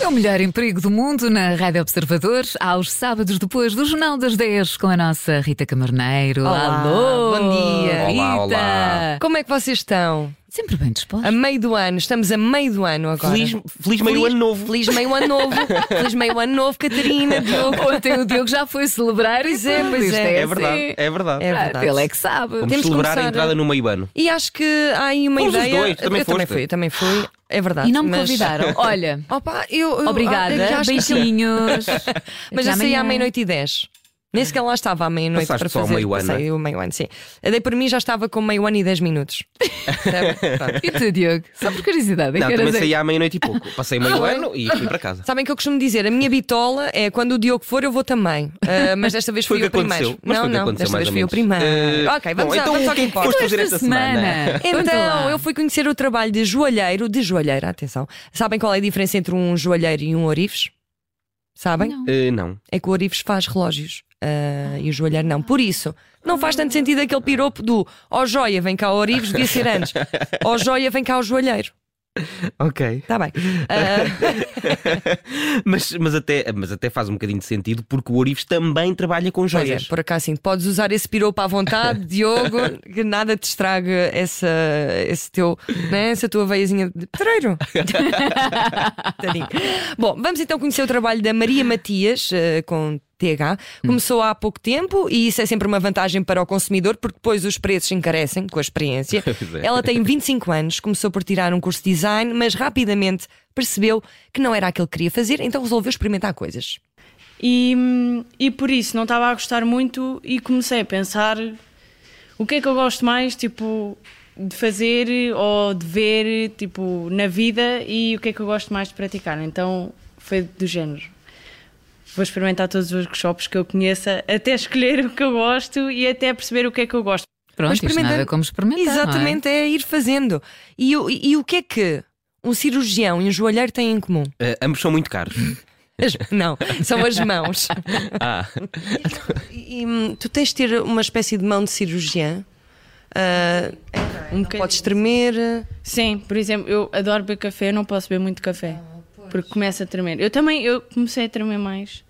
É o melhor emprego do mundo na Rádio Observadores, aos sábados depois do Jornal das 10, com a nossa Rita Camarneiro. Olá, Alô! bom dia. Rita! Olá, olá. Como é que vocês estão? Sempre bem disposta. A meio do ano, estamos a meio do ano agora. Feliz, feliz meio ano novo. Feliz meio ano novo. Feliz meio ano novo, Catarina, Diogo. Ontem o Diogo já foi celebrar e é, tudo, pois isto é. é, É verdade, assim. é verdade. É Ah, verdade. Ele é que sabe. Vamos Temos que celebrar começar. né? a entrada no meio ano. E acho que há aí uma Fomos os ideia. dois, também eu também foste. fui, eu também fui. É verdade. E não me mas- convidaram. Olha, Opa, eu. eu- obrigada, eu acho que- beijinhos. Mas Até eu saí amanhã. à meia-noite e dez. Nem sequer lá estava à meia-noite Passaste para só ao fazer. meio ano, é? Passei o meio ano, sim. Eu Dei por mim já estava com meio ano e dez minutos. Pronto. E tu, Diogo? Só por curiosidade, é Não, que também horas é- saí à meia-noite e pouco. Passei meio Foi? ano e fui para casa. Sabem que eu costumo dizer, a minha bitola é quando o Diogo for, eu vou também. Ah, mas desta vez Foi fui o que eu primeiro. aconteceu. Mas não, foi o que não, aconteceu desta mais vez ou fui eu menos. primeiro. Eh, ok, vamos, bom, à- então vamos o ao que é que importa. foste fazer Esta esta semana? semana. Conta Então, lá. eu fui conhecer o trabalho de joalheiro, de joalheira, atenção. Sabem qual é a diferença entre um joalheiro e um orives? Sabem? Não. Eh, não. É que o orives faz relógios ah, e o joalheiro não. Por isso, não faz tanto sentido aquele piropo do ó joia, vem cá o orives, devia ser antes. Ó joia, vem cá o joalheiro. Ok. Está bem. Ah, Mas, mas, até, mas até faz um bocadinho de sentido porque o Orives também trabalha com Pois joias. é, por acaso sim, podes usar esse piropo à vontade, Diogo, que nada te estrague essa, esse teu, né, essa tua veiazinha de pedreiro. Tadinho. Bom, vamos então conhecer o trabalho da Maria Matias, eh, com TH. Começou há pouco tempo e isso é sempre uma vantagem para o consumidor, porque depois os preços encarecem com a experiência. Pois é. Ela tem 25 anos, começou por tirar um curso de design, mas rapidamente percebeu que não era aquilo que queria fazer, então resolveu experimentar coisas. E, e por isso não estava a gostar muito e comecei a pensar o que é que eu gosto mais, tipo, de fazer ou de ver, tipo, na vida e o que é que eu gosto mais de praticar. Então foi do género. Vou experimentar todos os workshops que eu conheça até escolher o que eu gosto e até perceber o que é que eu gosto. Pronto, Mas isto nada como experimentar. não é? Exatamente, é? ir fazendo. E, o- e- e o que é que um cirurgião e um joalheiro têm em comum? Eh, ambos são muito caros. As- não, são as mãos. ah, E, hum, tu tens de ter uma espécie de mão de cirurgião. Ah, Um não podes tremer. Sim, por exemplo, eu adoro beber café, não posso beber muito café. porque começa a tremer. Eu também eu comecei a tremer mais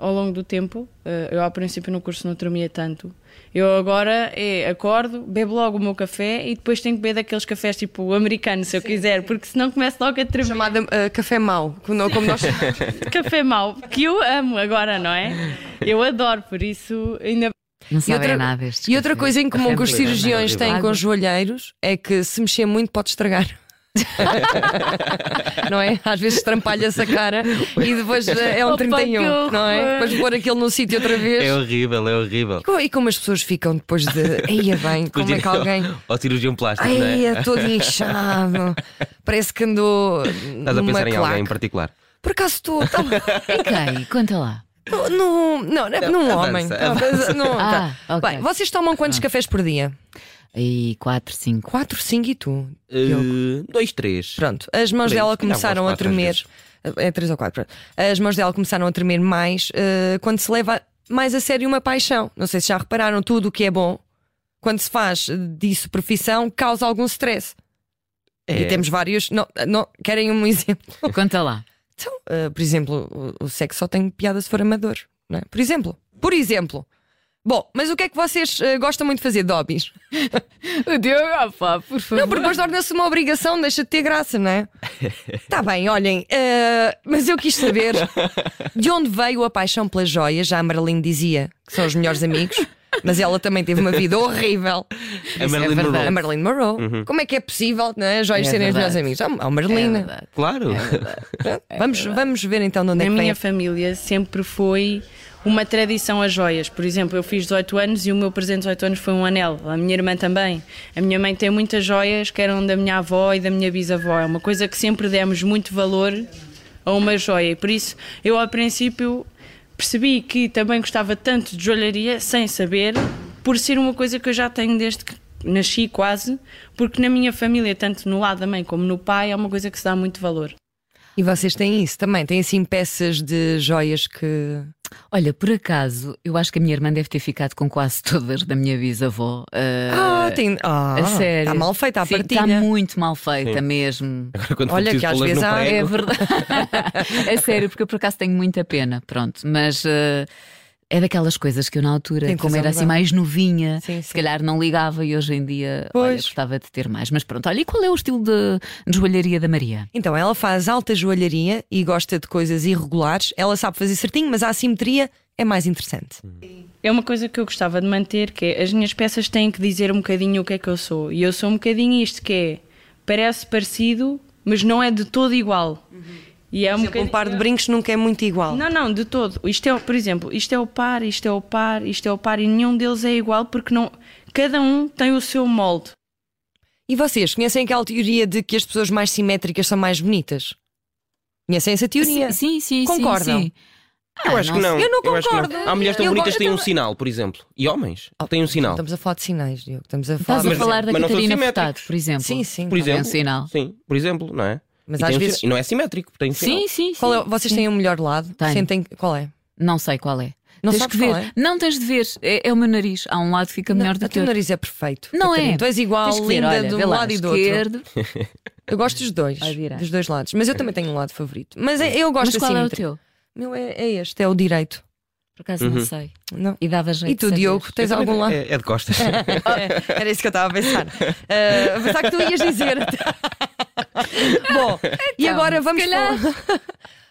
ao longo do tempo. Eh, Eu, ao princípio, no curso não tremia tanto. Eu agora eh, acordo, bebo logo o meu café e depois tenho que beber daqueles cafés tipo americano, se eu quiser, porque senão começo logo a tremer. Chamada ah, café mau, como como nós Café mau, que eu amo agora, não é? Eu adoro, por isso ainda. Não sabem outra- nada destes E outra cafés. coisa em comum que os Sempre. cirurgiões têm com Água. os joalheiros é que se mexer muito pode estragar. não é? Às vezes trampalha-se a cara e depois eh, é um Oh, Opa, 31, que não é? horror. Depois pôr aquilo no sítio outra vez. é horrível, é horrível. E co- E como as pessoas ficam depois de. Eia bem, como é que alguém. Ou cirurgião plástico, não é? Eia, todo inchado. Parece que andou. Estás a pensar em claca. alguém em particular. Por acaso estou. tá- Em quem? Conta lá. no- no- não, não é num avança, homem. avança. Não, tá. Ah, ok. Bem, vocês tomam quantos cafés por dia? E 4, 5. 4, 5 e tu? Diogo? Eh, dois, três. Pronto, as mãos Por dela aí, se calhar umas começaram a quatro às tremer. vezes. É três ou quatro. pronto. As mãos dela começaram a tremer mais eh, quando se leva mais a sério uma paixão. Não sei se já repararam, tudo o que é bom, quando se faz disso profissão, causa algum stress. É. E temos vários. Não, não, querem um exemplo? Conta lá. Então, eh, por exemplo, o, o sexo só tem piada se for amador. Não é? Por exemplo. Por exemplo. Bom, mas o que é que vocês eh, gostam muito de fazer, de hobbies? O Diogo, opa, por favor. Não, porque depois torna-se uma obrigação, deixa de ter graça, não é? Está bem, olhem, eh, mas eu quis saber de onde veio a paixão pelas joias. Já a Marlene dizia que são os melhores amigos, mas ela também teve uma vida horrível. é A Marilyn verdade. Monroe. A Marlene Monroe. Como é que é possível não é, as joias É serem verdade. os melhores amigos? Ah, a É Marlene. verdade. Claro. vamos, vamos ver então de onde é Na que vem. minha a- família sempre foi uma tradição as joias. Por exemplo, eu fiz 18 anos e o meu presente de 18 anos foi um anel. A minha irmã também. A minha mãe tem muitas joias que eram da minha avó e da minha bisavó. É uma coisa que sempre demos muito valor a uma joia. E por isso, eu ao princípio percebi que também gostava tanto de joalharia, sem saber, por ser uma coisa que eu já tenho desde que nasci quase, porque na minha família, tanto no lado da mãe como no pai, é uma coisa que se dá muito valor. E vocês têm isso também? Têm assim peças de joias que. Olha, por acaso, eu acho que a minha irmã deve ter ficado com quase todas da minha bisavó. eh, Ah, tem. Ah, a sério. Está mal feita a Sim, tá partilha. Está muito mal feita Sim. mesmo. Agora, quando for Olha, preciso que às pô-las vezes no há- prego, É verdade. é sério, porque eu por acaso tenho muita pena, pronto. Mas eh, é daquelas coisas que eu na altura, Tem que como fazer era assim mudar. mais novinha, Sim, se sim. calhar não ligava e hoje em dia olha, Pois. gostava de ter mais. Mas pronto, olha, e qual é o estilo de, de joalharia da Maria? Então, ela faz alta joalharia e gosta de coisas irregulares. Ela sabe fazer certinho, mas a assimetria é mais interessante. Hum. É uma coisa que eu gostava de manter, que é, as minhas peças têm que dizer um bocadinho o que é que eu sou. E eu sou um bocadinho isto que é, parece parecido, mas não é de todo igual. E é um Um bocadinho... par de brincos nunca é muito igual. Não, não, de todo. Isto é, por exemplo, isto é o par, isto é o par, isto é o par e nenhum deles é igual porque não, cada um tem o seu molde. E vocês conhecem aquela teoria de que as pessoas mais simétricas são mais bonitas? Conhecem essa teoria? Sim, sim, sim. Concordam? sim. Ah, Eu acho que não. Eu não acho que concordo. Há mulheres tão Eu bonitas go- que têm eu um sinal, por exemplo. E homens Oh, têm um sinal. Estamos a falar de sinais, Diogo. Estamos a falar. Estás a Mas- falar da mas não são Catarina simétricos. Furtado, por exemplo. Sim, sim. Por tá bem. É exemplo. um sinal. Sim, por exemplo, não é? Mas E às tem um vezes. sinal. E não é simétrico, tem um sinal. Sim, sim, sim. Qual é- Vocês têm o melhor lado? Tenho. Sentem... Qual é? Não sei qual é. Não tens sabes que ver. qual é? Não tens de ver. É, é o meu nariz. Há um lado que fica melhor Não, do o que teu o outro. nariz é perfeito. Não Catarina. é. Tu és igual, Tens que ver, linda, olha, de vê um lá, lado e do outro. é esquerdo. Eu gosto dos dois, À direita. dos dois lados. Mas eu também tenho um lado favorito. Mas é- eu gosto Mas qual assim. é o muito. teu? Meu é, é este, é o direito. Por acaso não Uhum. sei. Não. E dava jeito. E tu, de saber. Então, Diogo, tens algum lado? É, é de costas. É, Era isso que eu estava a pensar. Ah, a pensar que tu ias dizer. Bom, e Então, agora se vamos calhar. falar.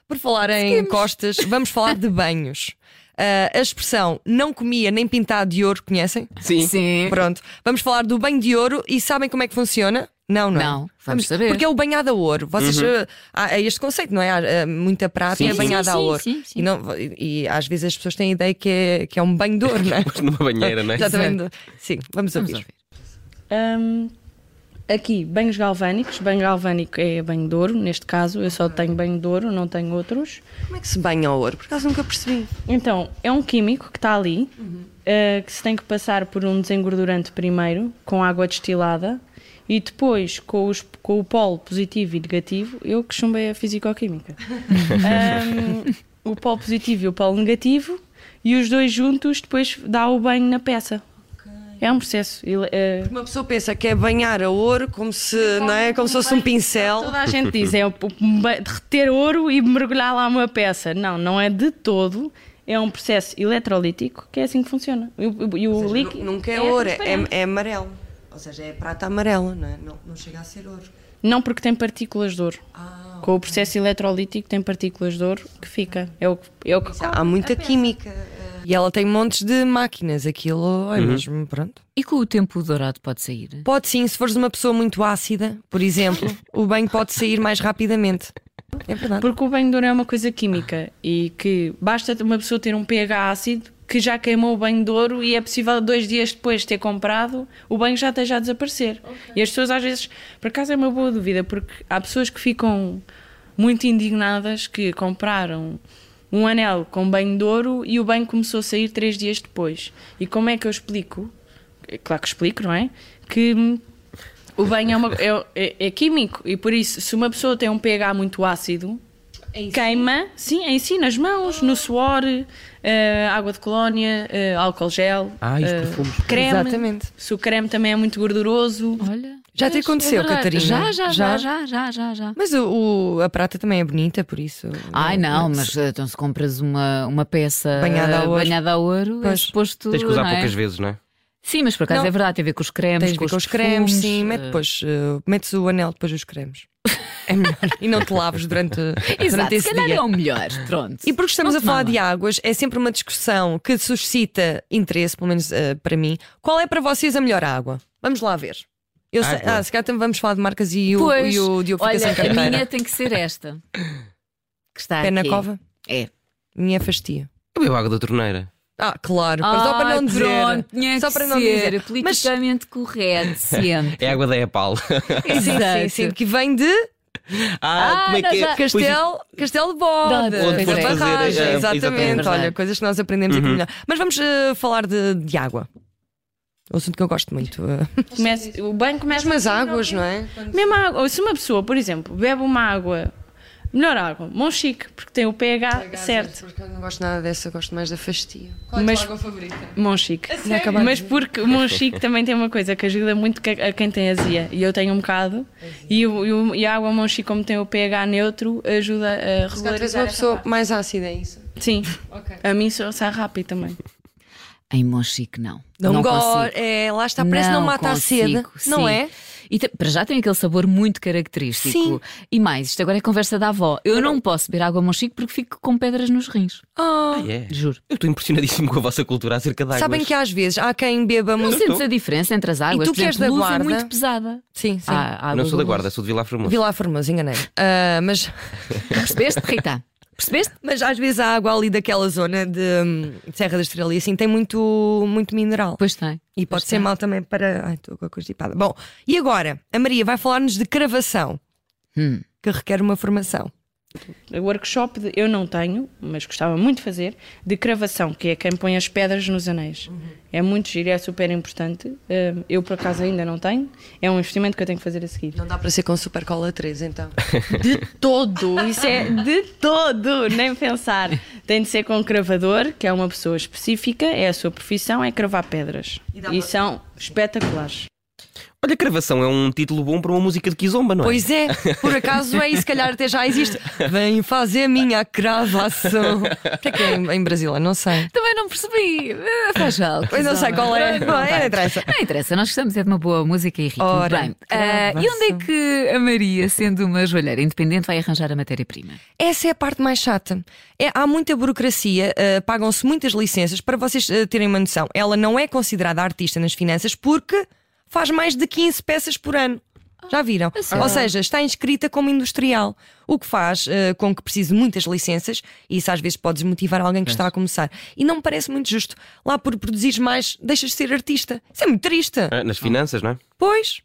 Por falar em costas, vamos falar de banhos. Ah, a expressão não comia nem pintado de ouro, conhecem? Sim. Sim. Pronto, vamos falar do banho de ouro e sabem como é que funciona? Não, não. Não, vamos saber. Porque é o banhado a ouro. Vocês, eh, há, há este conceito, não é? Há, eh, muita prata Uhum. Sim, é sim. banhada Sim, a sim, ouro. sim, sim. E, não- e- e às vezes as pessoas têm a ideia que é, que é um banho de ouro, não é? Mas numa banheira, não é? Exatamente. Sim, vamos Vamos ouvir. ouvir. Hum, aqui, banhos galvânicos. Banho galvânico é banho de ouro, neste caso. Eu Uhum. só tenho banho de ouro, não tenho outros. Como é que se banha o ouro? Por acaso nunca percebi. Então, é um químico que está ali, eh, que se tem que passar por um desengordurante primeiro, com água destilada, e depois com, os- com o polo positivo e negativo. Eu que chumbei a fisicoquímica. Ahm, o polo positivo e o polo negativo, e os dois juntos depois dá o banho na peça. É um processo. ele- eh, Uma pessoa pensa que é banhar a ouro como se, não é? Como se fosse um pincel. Toda a gente diz, é o- o- ba- derreter ouro e mergulhar lá uma peça. Não, não é de todo. É um processo eletrolítico que é assim que funciona. E o, e o líquido. Nunca é ouro, é, transparente. é amarelo. Ou seja, é prata amarela, não é? Não, não chega a ser ouro. Não porque tem partículas de ouro. Ah, Com o processo eletrolítico tem partículas de ouro que fica. É o, que- é o que. Há muita química. eh, E ela tem montes de máquinas, aquilo é mesmo, pronto. E com o tempo o dourado pode sair? Pode sim, se fores uma pessoa muito ácida, por exemplo, o banho pode sair mais rapidamente. É verdade. Porque o banho de ouro é uma coisa química e que basta uma pessoa ter um pH ácido que já queimou o banho de ouro e é possível dois dias depois de ter comprado o banho já esteja a desaparecer. E as pessoas às vezes, por acaso é uma boa dúvida, porque há pessoas que ficam muito indignadas que compraram um anel com banho de ouro e o banho começou a sair três dias depois. E como é que eu explico? Claro que explico, não é? Que hum, o banho é, uma- é- é- é químico e por isso, se uma pessoa tem um pH muito ácido, queima, sim, em si, nas mãos, no suor, eh, água de colónia, eh, álcool gel, Ah, e os eh, perfumes. creme. Exatamente. Se o creme também é muito gorduroso. Olha. Já te Pois, é aconteceu, verdade. Catarina? Já, já, já, Já? já, já, já. já. Mas o, o- a prata também é bonita, por isso. Ai não, é- mas então se compras uma, uma peça Banhada a eh, ouro. banhada a ouro, é Pois. suposto. Tens que usar não é? poucas vezes, não é? Sim, mas por acaso Não. é verdade, tem a ver com os cremes, Tens de com, ver com os perfumes, cremes, sim, mete eh, depois, eh, metes o anel depois os cremes. É melhor. e não te laves durante, durante Exato, esse se calhar dia. é o melhor, pronto. E porque estamos Não a se falar mala. de águas, é sempre uma discussão que suscita interesse, pelo menos eh, para mim. Qual é para vocês a melhor água? Vamos lá ver. Eu sei- Água. ah, se calhar também vamos falar de marcas e o, Pois, e o Diogo fica Olha, sem carteira. a minha tem que ser esta. Que está Pé na aqui. cova? É. Minha é fastia. Eu bebo água da torneira. Ah, claro. só para não Ai, dizer. pronto, tinha só que para não ser dizer. Mas sim, Politicamente correto, sempre. É água da Epal. sim, Exato. sim, que vem de Ah, não, já- é Pois, Castelo, Castelo de Bode. Onde é, Fez foram a fazer, barragem, eh, exatamente. É exatamente. Olha, coisas que nós aprendemos Uhum. aqui melhor. Mas vamos eh, falar de, de água. Um assunto que eu gosto muito. eh. Começa- assim, o banho começa. Mesmas águas, não é? Mesmo a água. Se uma pessoa, por exemplo, bebe uma água Melhor água, Mão Chique, porque tem o pH certo. Por acaso não gosto nada dessa, gosto mais da fastia. Qual é a tua Mas- água favorita? Mão Chique. Não acabaste. Mas porque o Mão Chique também tem uma coisa que ajuda muito que- a quem tem azia. E eu tenho um bocado. E, o- e o- e a água Mão Chique, como tem o pH neutro, ajuda a Se calhar tu és regularizar. uma essa pessoa parte. mais ácida, é isso? Sim. Ok. A mim só sai rápido também. Em Monchique, não. Não, gosto. consigo. É, lá está, parece que não, mata a consigo, sede, não sim. é? E te- para já tem aquele sabor muito característico. Sim. E mais, isto agora é conversa da avó. Eu não posso beber água Monchique porque fico com pedras nos rins. Oh. É. Juro. Eu estou impressionadíssimo com a vossa cultura acerca da água. Sabem que às vezes há quem beba Não muito. sentes a diferença entre as águas? tu Por que és exemplo, da Lusa Guarda? é muito pesada. Ah, Sim, sim. Há- há Eu não sou da águas guarda, Lusa. sou de Vila Formosa. Vi lá Formoso, enganei. Ah, mas, Percebeste, Rita? Percebeste? mas às vezes a água ali daquela zona de, hum, de Serra da Estrela e assim tem muito, muito mineral. Pois tem. E pode Pois é. ser tem. mal também para. Ai, estou com a constipada. Bom, e agora? A Maria vai falar-nos de cravação, Hum. que requer uma formação. O workshop de- eu não tenho, mas gostava muito de fazer, de cravação, que é quem põe as pedras nos anéis. Uhum. É muito giro, é super importante. Hum, Eu, por acaso, ainda não tenho. É um investimento que eu tenho que fazer a seguir. Não dá para ser com super cola 3, então. De todo, isso é de todo, nem pensar. Tem de ser com um cravador, que é uma pessoa específica, é a sua profissão, é cravar pedras. E dá E uma- são espetaculares. Olha, cravação é um título bom para uma música de Kizomba, não é? Pois é, por acaso é, e se calhar até já existe. Vem fazer a minha cravação. Para que é em, em brasileiro? Não sei. Também não percebi. Ah, Faz mal. Eu não sei qual é. Bom, é, não interessa. Não interessa, nós gostamos é de uma boa música e ritmo. Ora, Bem, ah, e onde é cravação. que a Maria, sendo uma joalheira independente, vai arranjar a matéria-prima? Essa é a parte mais chata. É, há muita burocracia, eh, pagam-se muitas licenças. Para vocês eh, terem uma noção, ela não é considerada artista nas finanças porque faz mais de 15 peças por ano. Já viram? sério? Ou seja, está inscrita como industrial, o que faz eh, com que precise de muitas licenças e isso às vezes pode desmotivar alguém que está a começar. E não me parece muito justo. Lá por produzires mais, deixas de ser artista. Isso é muito triste. Ah, Nas finanças, não é? Pois,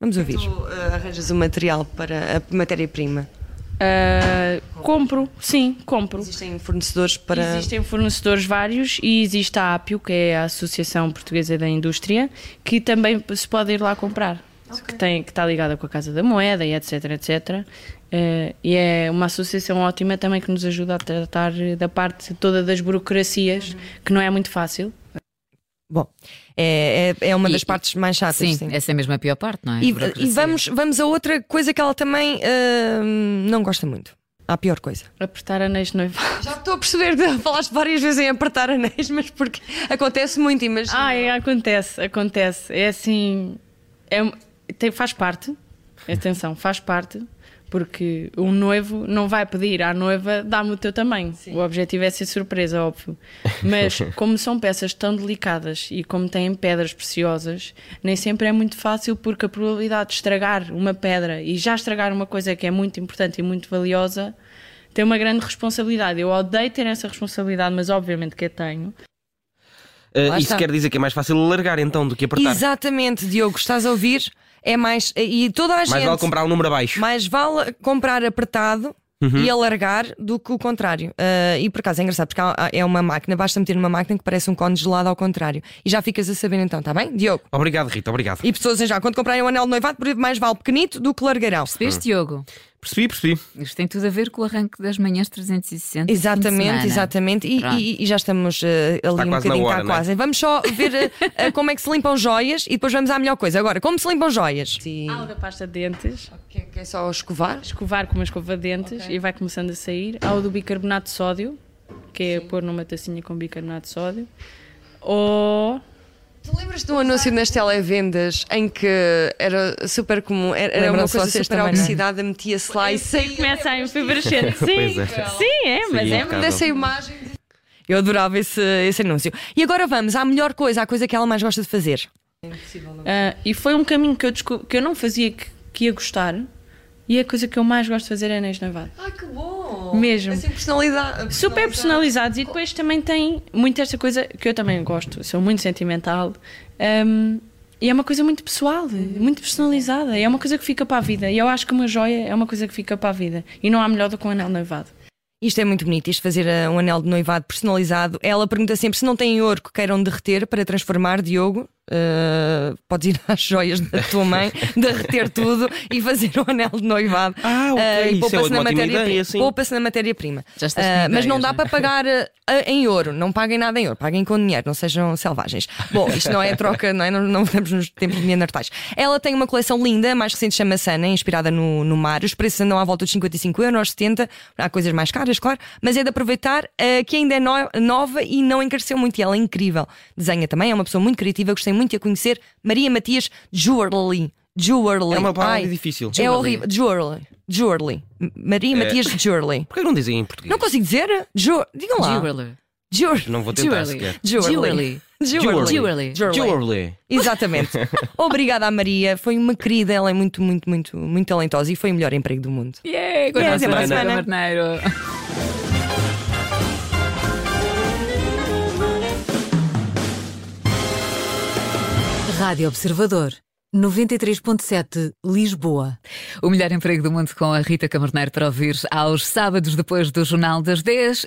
vamos ouvir. Tu arranjas o material para a matéria-prima. Ah, compro, sim, compro. Existem fornecedores para. Existem fornecedores vários e existe a APIO, que é a Associação Portuguesa da Indústria, que também se pode ir lá comprar, que, tem, que está ligada com a Casa da Moeda e etc, etc. Eh, e é uma associação ótima também que nos ajuda a tratar da parte toda das burocracias, Uhum. que não é muito fácil. Bom, é, é, é uma E- das partes mais chatas. sim, sim. essa é mesmo a pior parte, não é? E, A burocracia. e vamos, vamos a outra coisa que ela também ah, não gosta muito. À pior coisa. Apertar anéis de noiva. Já estou a perceber, falaste várias vezes em apertar anéis, mas porque acontece muito, imagina. Ah, é, acontece, acontece. É assim. É, tem- faz parte. Atenção, faz parte. Porque o noivo não vai pedir à noiva dá-me o teu tamanho. O objetivo é ser surpresa, óbvio. Mas como são peças tão delicadas e como têm pedras preciosas, nem sempre é muito fácil porque a probabilidade de estragar uma pedra e já estragar uma coisa que é muito importante e muito valiosa tem uma grande responsabilidade. Eu odeio ter essa responsabilidade, mas obviamente que a tenho. Ah, Lá isso está. quer dizer que é mais fácil largar então do que apertar. Exatamente, Diogo, estás a ouvir? É mais. E toda a Mais gente. vale comprar um número abaixo. Mais vale comprar apertado Uhum. e alargar do que o contrário. Ah, e por acaso é engraçado, porque há- há- é uma máquina, basta meter numa máquina que parece um cone gelado ao contrário. E já ficas a saber então, está bem? Diogo. Obrigado, Rita, obrigado. E pessoas em já, quando comprarem o anel de noivado, por exemplo, mais vale pequenito do que largarão. Percebeste, Diogo? Percebi, percebi. Isto tem tudo a ver com o arranque das manhãs 360. Exatamente, de semana. exatamente. E, Pronto. e- e já estamos eh, ali um quase na bocadinho hora, cá não é? quase. Vamos só ver eh, eh, como é que se limpam joias e depois vamos à melhor coisa. Agora, como se limpam joias? Sim. Ah, Alga pasta de dentes. Que, é só escovar? escovar com uma escova de dentes e vai começando a sair. Há o do bicarbonato de sódio, que é pôr numa tacinha com bicarbonato de sódio. Ou. Tu lembras de um anúncio nas televendas em que era super comum, era, uma coisa super oxidada, metia-se lá e Sei que começa a enfervescente. Sim, é. sim, é, mas Sim, é. impecável. imagem. Eu adorava esse, esse anúncio. E agora vamos à melhor coisa, à coisa que ela mais gosta de fazer. Ah, e foi um caminho que eu, descu- que eu não fazia que, que ia gostar. E a coisa que eu mais gosto de fazer é anéis de noivado. Ai que bom! Mesmo. Assim, personalidade. Super personalizados e depois também tem muito esta coisa que eu também gosto, sou muito sentimental hum, e é uma coisa muito pessoal, muito personalizada, é uma coisa que fica para a vida e eu acho que uma joia é uma coisa que fica para a vida e não há melhor do que um anel noivado. Isto é muito bonito, isto fazer eh, um anel de noivado personalizado. Ela pergunta sempre se não tem ouro que queiram derreter para transformar Diogo. eh, podes ir às joias da tua mãe, derreter tudo e fazer o anel de noivado. Ah, ok, Eh, e isso é poupa-se uma na ótima matéria- ideia, sim. Poupa-se na matéria-prima. Já estás com Eh, mas ideias, não não dá é? para pagar eh, a- em ouro, não paguem nada em ouro, paguem com dinheiro, não sejam selvagens. Bom, isto não é troca, não é? Não, não estamos nos tempos de neandertais. Ela tem uma coleção linda, mais recente chama-se Ana, inspirada no, no mar. Os preços andam à volta dos 55 euros, 70. Há coisas mais caras, claro, mas é de aproveitar eh, que ainda é no- nova e não encareceu muito. E ela é incrível. Desenha também, é uma pessoa muito criativa, gostei muito de a conhecer. Maria Matias Jewelry. Jewelry. É uma palavra Ai, difícil. É. É horrível. Jewelry. Jewelry. Maria Matias Jewelry. Porquê não dizem em português? Não consigo dizer? Jo... Digam lá. Jewelry. Jewelry. Não vou tentar Jewelry. sequer. Jewelry. Jewelry. Jewelry. Jewelry. Exatamente. Obrigada à Maria. Foi uma querida. Ela é muito, muito, muito, muito talentosa e foi o melhor emprego do mundo. Yeah, com a Yeah, nossa até para a Ana semana. Marneiro. Rádio Observador 93.7 Lisboa. O melhor emprego do mundo com a Rita Camarneiro para ouvir aos sábados depois do Jornal das 10